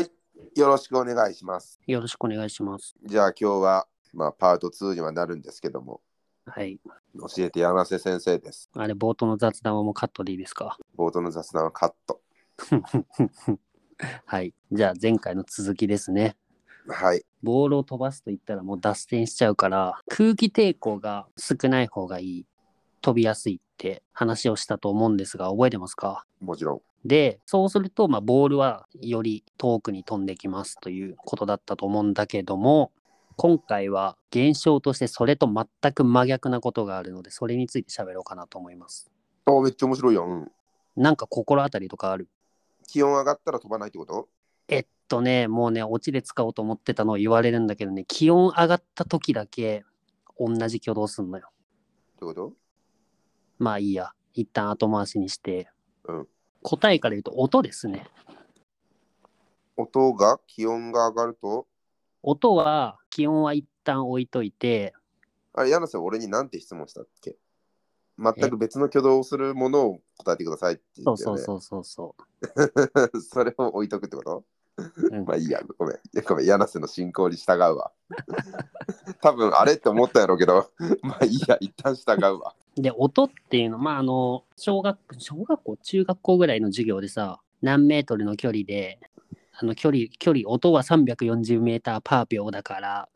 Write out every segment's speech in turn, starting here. よろしくお願いします。よろしくお願いします。じゃあ今日は、まあ、パート2にはなるんですけども、はい。教えて柳瀬先生です。あれ、冒頭の雑談はもうカットでいいですか冒頭の雑談はカット。はい。じゃあ、前回の続きですね。はい。ボールを飛ばすと言ったらもう脱線しちゃうから、空気抵抗が少ない方がいい。飛びやすいって話をしたと思うんですが、覚えてますかもちろん。で、そうすると、まあ、ボールはより遠くに飛んできますということだったと思うんだけども、今回は現象としてそれと全く真逆なことがあるので、それについて喋ろうかなと思います。あ、めっちゃ面白いやん。うんなんか心当たりとかある気温上がったら飛ばないってことえっとね、もうね、オチで使おうと思ってたのを言われるんだけどね、気温上がった時だけ同じ挙動すんのよ。ってことまあいいや。一旦後回しにして。うん答えから言うと音ですね。音が気温が上がると、音は、気温は一旦置いといて、あれ、柳瀬、俺に何て質問したっけ全く別の挙動をするものを答えてくださいって言そっうて、ね。そうそうそうそう。う それを置いとくってことう んまあいいや、ごめん。いやごめん、柳瀬の進行に従うわ。 多分あれって思ったやろうけど、 まあいいや、一旦従うわ。で、音っていうの、まあ、あの、小学、小学校、中学校ぐらいの授業でさ、何メートルの距離で、あの、距離、距離、音は340メーターパー秒だから、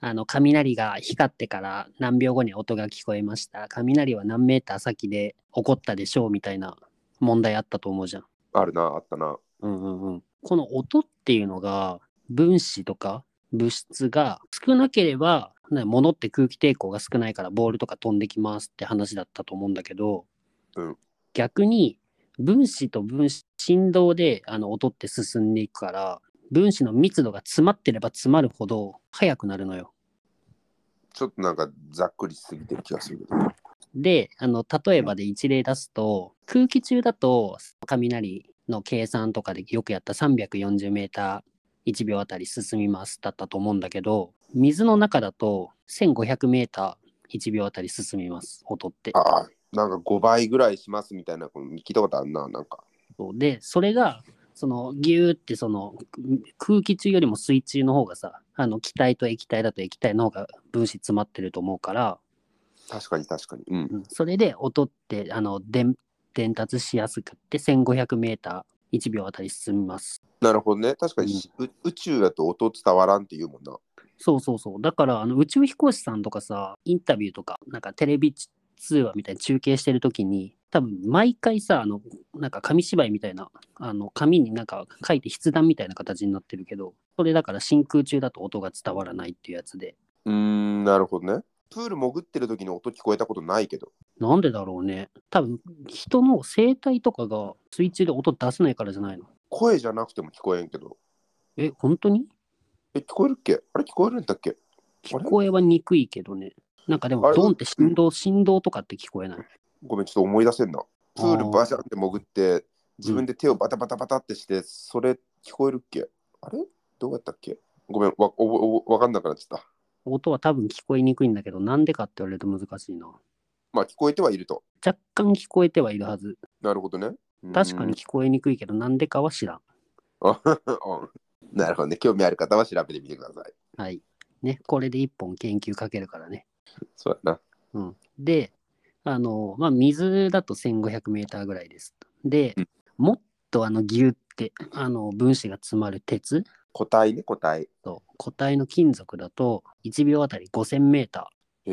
あの、雷が光ってから何秒後に音が聞こえました。雷は何メーター先で起こったでしょうみたいな問題あったと思うじゃん。あるな、あったな。うんうんうん。この音っていうのが、分子とか物質が少なければ、ね物って空気抵抗が少ないからボールとか飛んできますって話だったと思うんだけど、うん逆に分子と分子振動であの音って進んでいくから分子の密度が詰まってれば詰まるほど速くなるのよ。ちょっとなんかざっくりしすぎてる気がするけど。であの例えばで一例出すと空気中だと雷の計算とかでよくやった 340m1 秒あたり進みますだったと思うんだけど水の中だと 1500m1 秒あたり進みます音って。ああ、なんか5倍ぐらいしますみたいな、この聞いたことあるな、なんか。そうでそれがそのギューってそのく空気中よりも水中の方がさあの気体と液体だと液体の方が分子詰まってると思うから、確かに確かに。うん。うんそれで音ってあの伝伝達しやすくって 1500m1 秒あたり進みます。なるほどね。確かにし、う宇宙だと音伝わらんって言うもんな。そうそうそうだからあの宇宙飛行士さんとかさインタビューとかなんかテレビ通話みたいに中継してる時に多分毎回さあのなんか紙芝居みたいなあの紙になんか書いて筆談みたいな形になってるけどそれだから真空中だと音が伝わらないっていうやつでうーん、なるほどね。プール潜ってる時に音聞こえたことないけど。なんでだろうね多分人の声帯とかが水中で音出せないからじゃないの声じゃなくても聞こえんけど。え本当にえ、聞こえるっけあれ聞こえるんだっけあ聞れこえは憎いけどね。なんかであも、れドンって振動、振動とかって聞こえない。ごめん、ちょっと思い出せんな。プールバシャンって潜って、自分で手をバタバタバタってして、それ聞こえるっけあれどうやったっけごめん、わおぼおぼわかんなくなっちゃった。音は多分聞こえにくいんだけど、なんでかって言われると難しいな。まあ、聞こえてはいると。若干聞こえてはいるはず。なるほどね。確かに聞こえにくいけど、なんでかは知らん。うーん。うんなるほどね。興味ある方は調べてみてください。はい。ね、これで一本研究かけるからね。そうやな。うん。で、あの、まあ、水だと1500メーターぐらいです。でうん、もっとあの、ギュって、あの、分子が詰まる鉄個体ね、個体。と固体の金属だと、1秒あたり5000メータへ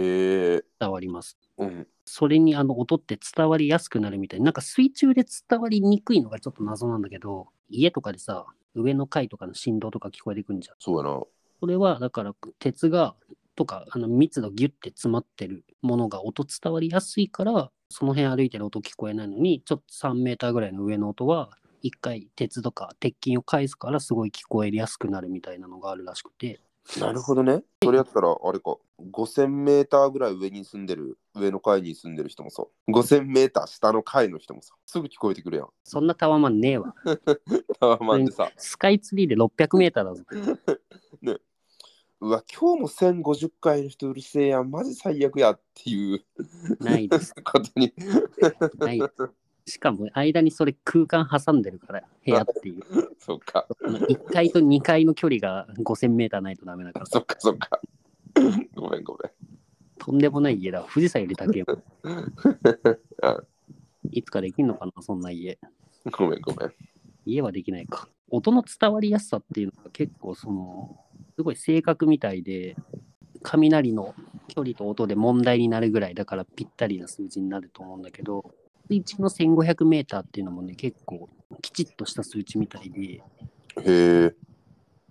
え。ー伝わります。うん。それにあの音って伝わりやすくなるみたいな、なんか水中で伝わりにくいのがちょっと謎なんだけど、家とかでさ、上の階とかの振動とか聞こえてくんじゃん。そうやな。それはだから鉄がとかあの密度ギュッて詰まってるものが音伝わりやすいから、その辺歩いてる音聞こえないのに、ちょっと3メーターぐらいの上の音は、一回鉄とか鉄筋を返すからすごい聞こえやすくなるみたいなのがあるらしくて、なるほどね。それやったら、あれか、5000メーターぐらい上に住んでる、上の階に住んでる人もさ、5000メーター下の階の人もさ、すぐ聞こえてくるやん。そんなタワマンねえわ。 タワマンでさ、スカイツリーで600メーターだぞ。うわ、今日も1050回の人うるせえやん、マジ最悪やっていうないです。ことに。ない。しかも間にそれ空間挟んでるから、部屋っていう。 そうか、 1階と2階の距離が5000メーターないとダメだから、そっか、そっ か。ごめん、ごめん。とんでもない家だ。富士山より高いもん。あいつかできんのかな、そんな家。 ごめん、ごめん。家はできないか。音の伝わりやすさっていうのが結構その、すごい正確みたいで、雷の距離と音で問題になるぐらいだからぴったりな数字になると思うんだけど、水中の1500メーターっていうのもね、結構きちっとした数値みたいで、へえ。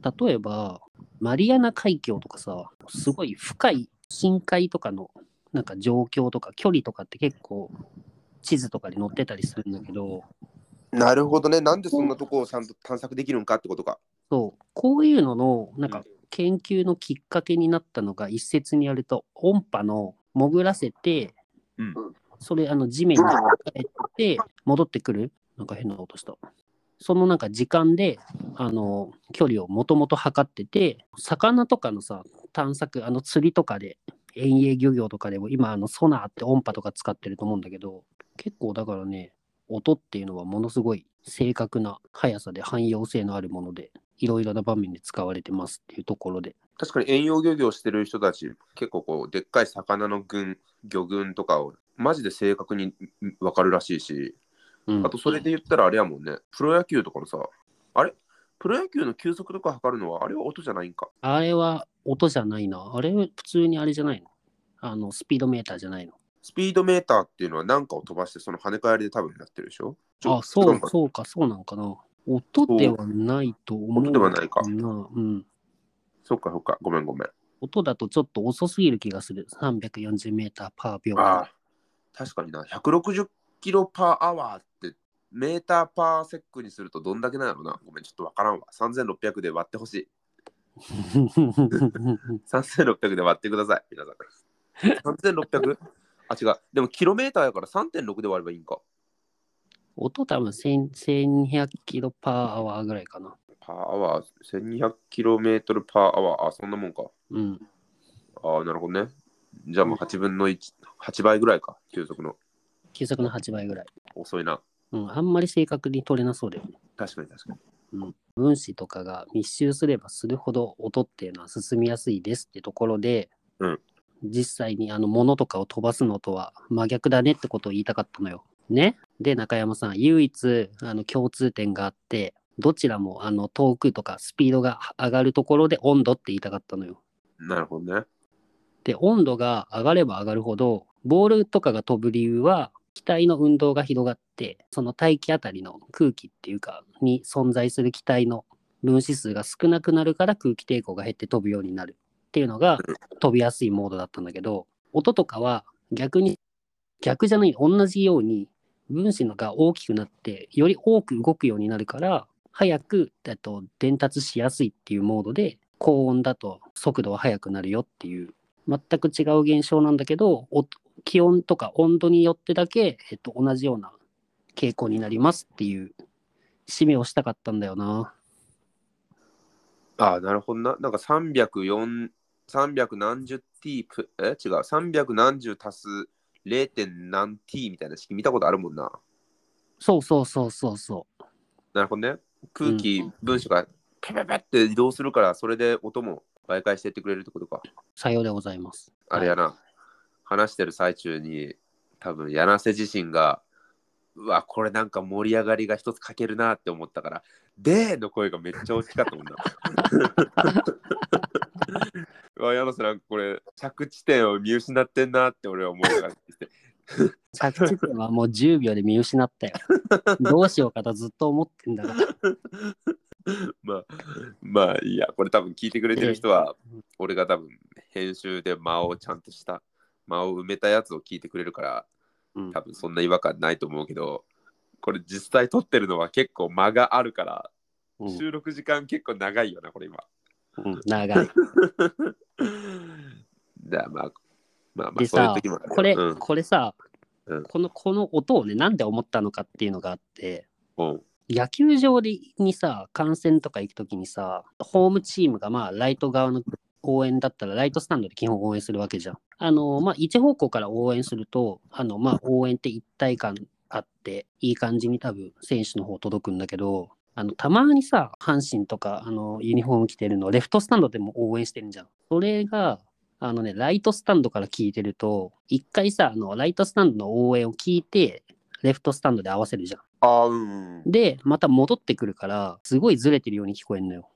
例えば、マリアナ海峡とかさ、すごい深い深海とかのなんか状況とか距離とかって結構地図とかに載ってたりするんだけど、なるほどね。なんでそんなとこをちゃんと探索できるんかってことか。そう、こういうのの、なんうかん研究のきっかけになったのが、一説によると、音波の潜らせて、うんそれ、あの、地面に帰って、戻ってくる、なんか変な音した。そのなんか時間で、あの、距離をもともと測ってて、魚とかのさ、探索、あの、釣りとかで、遠泳漁業とかでも、今、あの、ソナーって音波とか使ってると思うんだけど、結構だからね、音っていうのはものすごい正確な速さで汎用性のあるもので、いろいろな場面で使われてますっていうところで。確かに遠洋漁業してる人たち、結構こう、でっかい魚の群、魚群とかを、マジで正確に分かるらしいし、うんあとそれで言ったらあれやもんね、プロ野球とかのさ、あれプロ野球の球速とか測るのは、あれは音じゃないんか。あれは音じゃないな。あれ普通にあれじゃないの。あの、スピードメーターじゃないの。スピードメーターっていうのは何かを飛ばして、その跳ね返りで多分やってるでしょちょあ、そ違うか、そうか、そうなんかな。音ではないと思う。音ではないかうん。そっかそっか、ごめんごめん。音だとちょっと遅すぎる気がする。340メーターパー秒。ああ、確かにな、160キロパーアワーって、メーターパーセックにするとどんだけなんやろな。ごめん、ちょっとわからんわ。3600で割ってほしい。3600で割ってください、皆さん。3600? あ、違う。でも、キロメーターやから3.6で割ればいいんか。 音多分1000 1200キロパーアワーぐらいかな。パーアワー、1200キロメートルパーアワー。あ、そんなもんか。うん。ああ、なるほどね。じゃあもう8分の1、8倍ぐらいか、急速の。急速の8倍ぐらい。遅いな。うん。あんまり正確に取れなそうだよね。確かに確かに。分子とかが密集すればするほど音っていうのは進みやすいですってところで、うん実際にあの物とかを飛ばすのとは真逆だねってことを言いたかったのよ。ね。で中山さん唯一あの共通点があってどちらもあの遠くとかスピードが上がるところで温度って言いたかったのよ。なるほどね。で温度が上がれば上がるほどボールとかが飛ぶ理由は機体の運動が広がってその大気あたりの空気っていうかに存在する機体の分子数が少なくなるから空気抵抗が減って飛ぶようになるっていうのが飛びやすいモードだったんだけど音とかは逆に逆じゃない同じように分子のが大きくなってより多く動くようになるから早く、えっと、伝達しやすいっていうモードで高温だと速度は速くなるよっていう全く違う現象なんだけどお気温とか温度によってだけ、えっと、同じような傾向になりますっていう締めをしたかったんだよな。ああ、なるほどな。なんか304、300何十 t プ、え違う、300何十足す 0. 何 t みたいな式見たことあるもんな。そうそうそうそうそなるほどね。空気、うん分子がペペペって移動するから、それで音も媒介してってくれるってことか。う。さようでございます。あれやな、話してる最中に、多分柳瀬自身が、うわ、これなんか盛り上がりが一つ欠けるなって思ったから、でーの声がめっちゃ大きかったもんな。 うわ、柳瀬なんかこれ、着地点を見失ってんなって俺は思いながら聞いてて。着地点はもう10秒で見失った よ。どうしようかとずっと思ってんだから。まあ、まあいいや、これ多分聞いてくれてる人は、俺が多分編集で間をちゃんとした、間を埋めたやつを聞いてくれるから、うん多分そんな違和感ないと思うけど、これ実際撮ってるのは結構間があるから、うん収録時間結構長いよな、これ今。 うん長い。じゃあまあ、まあまあ、でそういうさ時もあるよこれ、うんこれさ、うんこの、この音をね、なんで思ったのかっていうのがあって、うん野球場でにさ、観戦とか行くときにさ、ホームチームがまあ、ライト側の応援だったら、ライトスタンドで基本応援するわけじゃん。あの、まあ、一方向から応援すると、あの、まあ、応援って一体感あって、いい感じに多分選手の方届くんだけど、あのたまにさ、阪神とかあのユニフォーム着てるの、レフトスタンドでも応援してるじゃん。それが、あのね、ライトスタンドから聞いてると、一回さ、あのライトスタンドの応援を聞いて、レフトスタンドで合わせるじゃん。あーうん。で、また戻ってくるから、すごいずれてるように聞こえんのよ。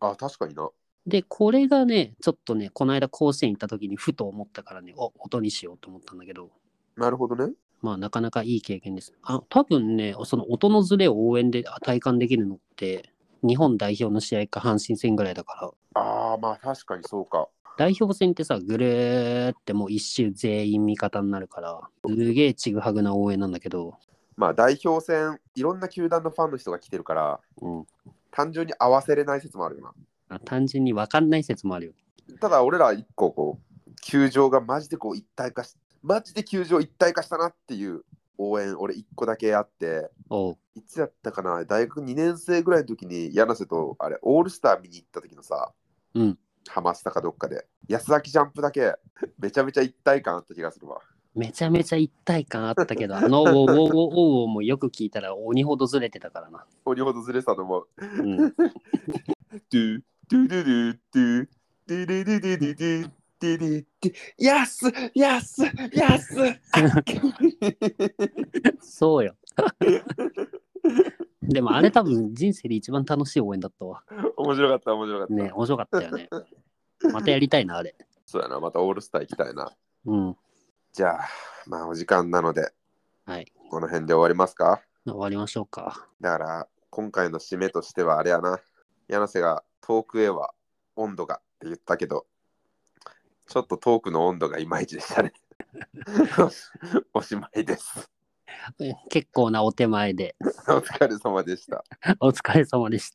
あー確かにな。で、これがね、ちょっとね、この間甲子園行った時にふと思ったからね、お、音にしようと思ったんだけど、なるほどね。まあ、なかなかいい経験です。あ、多分ね、その音のズレを応援であ体感できるのって、日本代表の試合か阪神戦ぐらいだから、ああ、まあ確かにそうか。代表戦ってさ、ぐるーってもう一周全員味方になるから、すげえちぐはぐな応援なんだけど、まあ代表戦、いろんな球団のファンの人が来てるから、うん。単純に合わせれない説もあるよな。あ単純に分かんない説もあるよ。ただ俺ら一個こう、球場がマジでこう一体化し、マジで球場一体化したなっていう応援、俺一個だけあって、おう。いつやったかな、大学2年生ぐらいの時に、柳瀬とあれ、オールスター見に行った時のさ、うん。ハマスタかどっかで、安崎ジャンプだけ、めちゃめちゃ一体感あった気がするわ。めちゃめちゃ一体感あったけど、あの、おうおうおうおうもよく聞いたら鬼ほどずれてたからな。鬼ほどずれてたと思う。うん。ドゥドゥドゥドゥドゥドゥドゥドゥドゥドゥドゥドゥドゥやっすやっすやっすそうよ。 でもあれ多分人生で一番楽しい応援だったわ。面白かった面白かった、ね面白かったよね。またやりたいな、あれ。そうやなまたオールスター行きたいなうん。じゃあまあお時間なのではい。この辺で終わりますか終わりましょうか。だから今回の締めとしてはあれやな柳瀬が遠くへは温度がって言ったけどちょっとトークの温度がいまいちでしたねおしまいです結構なお手前で、お疲れ様でしたお疲れ様でした。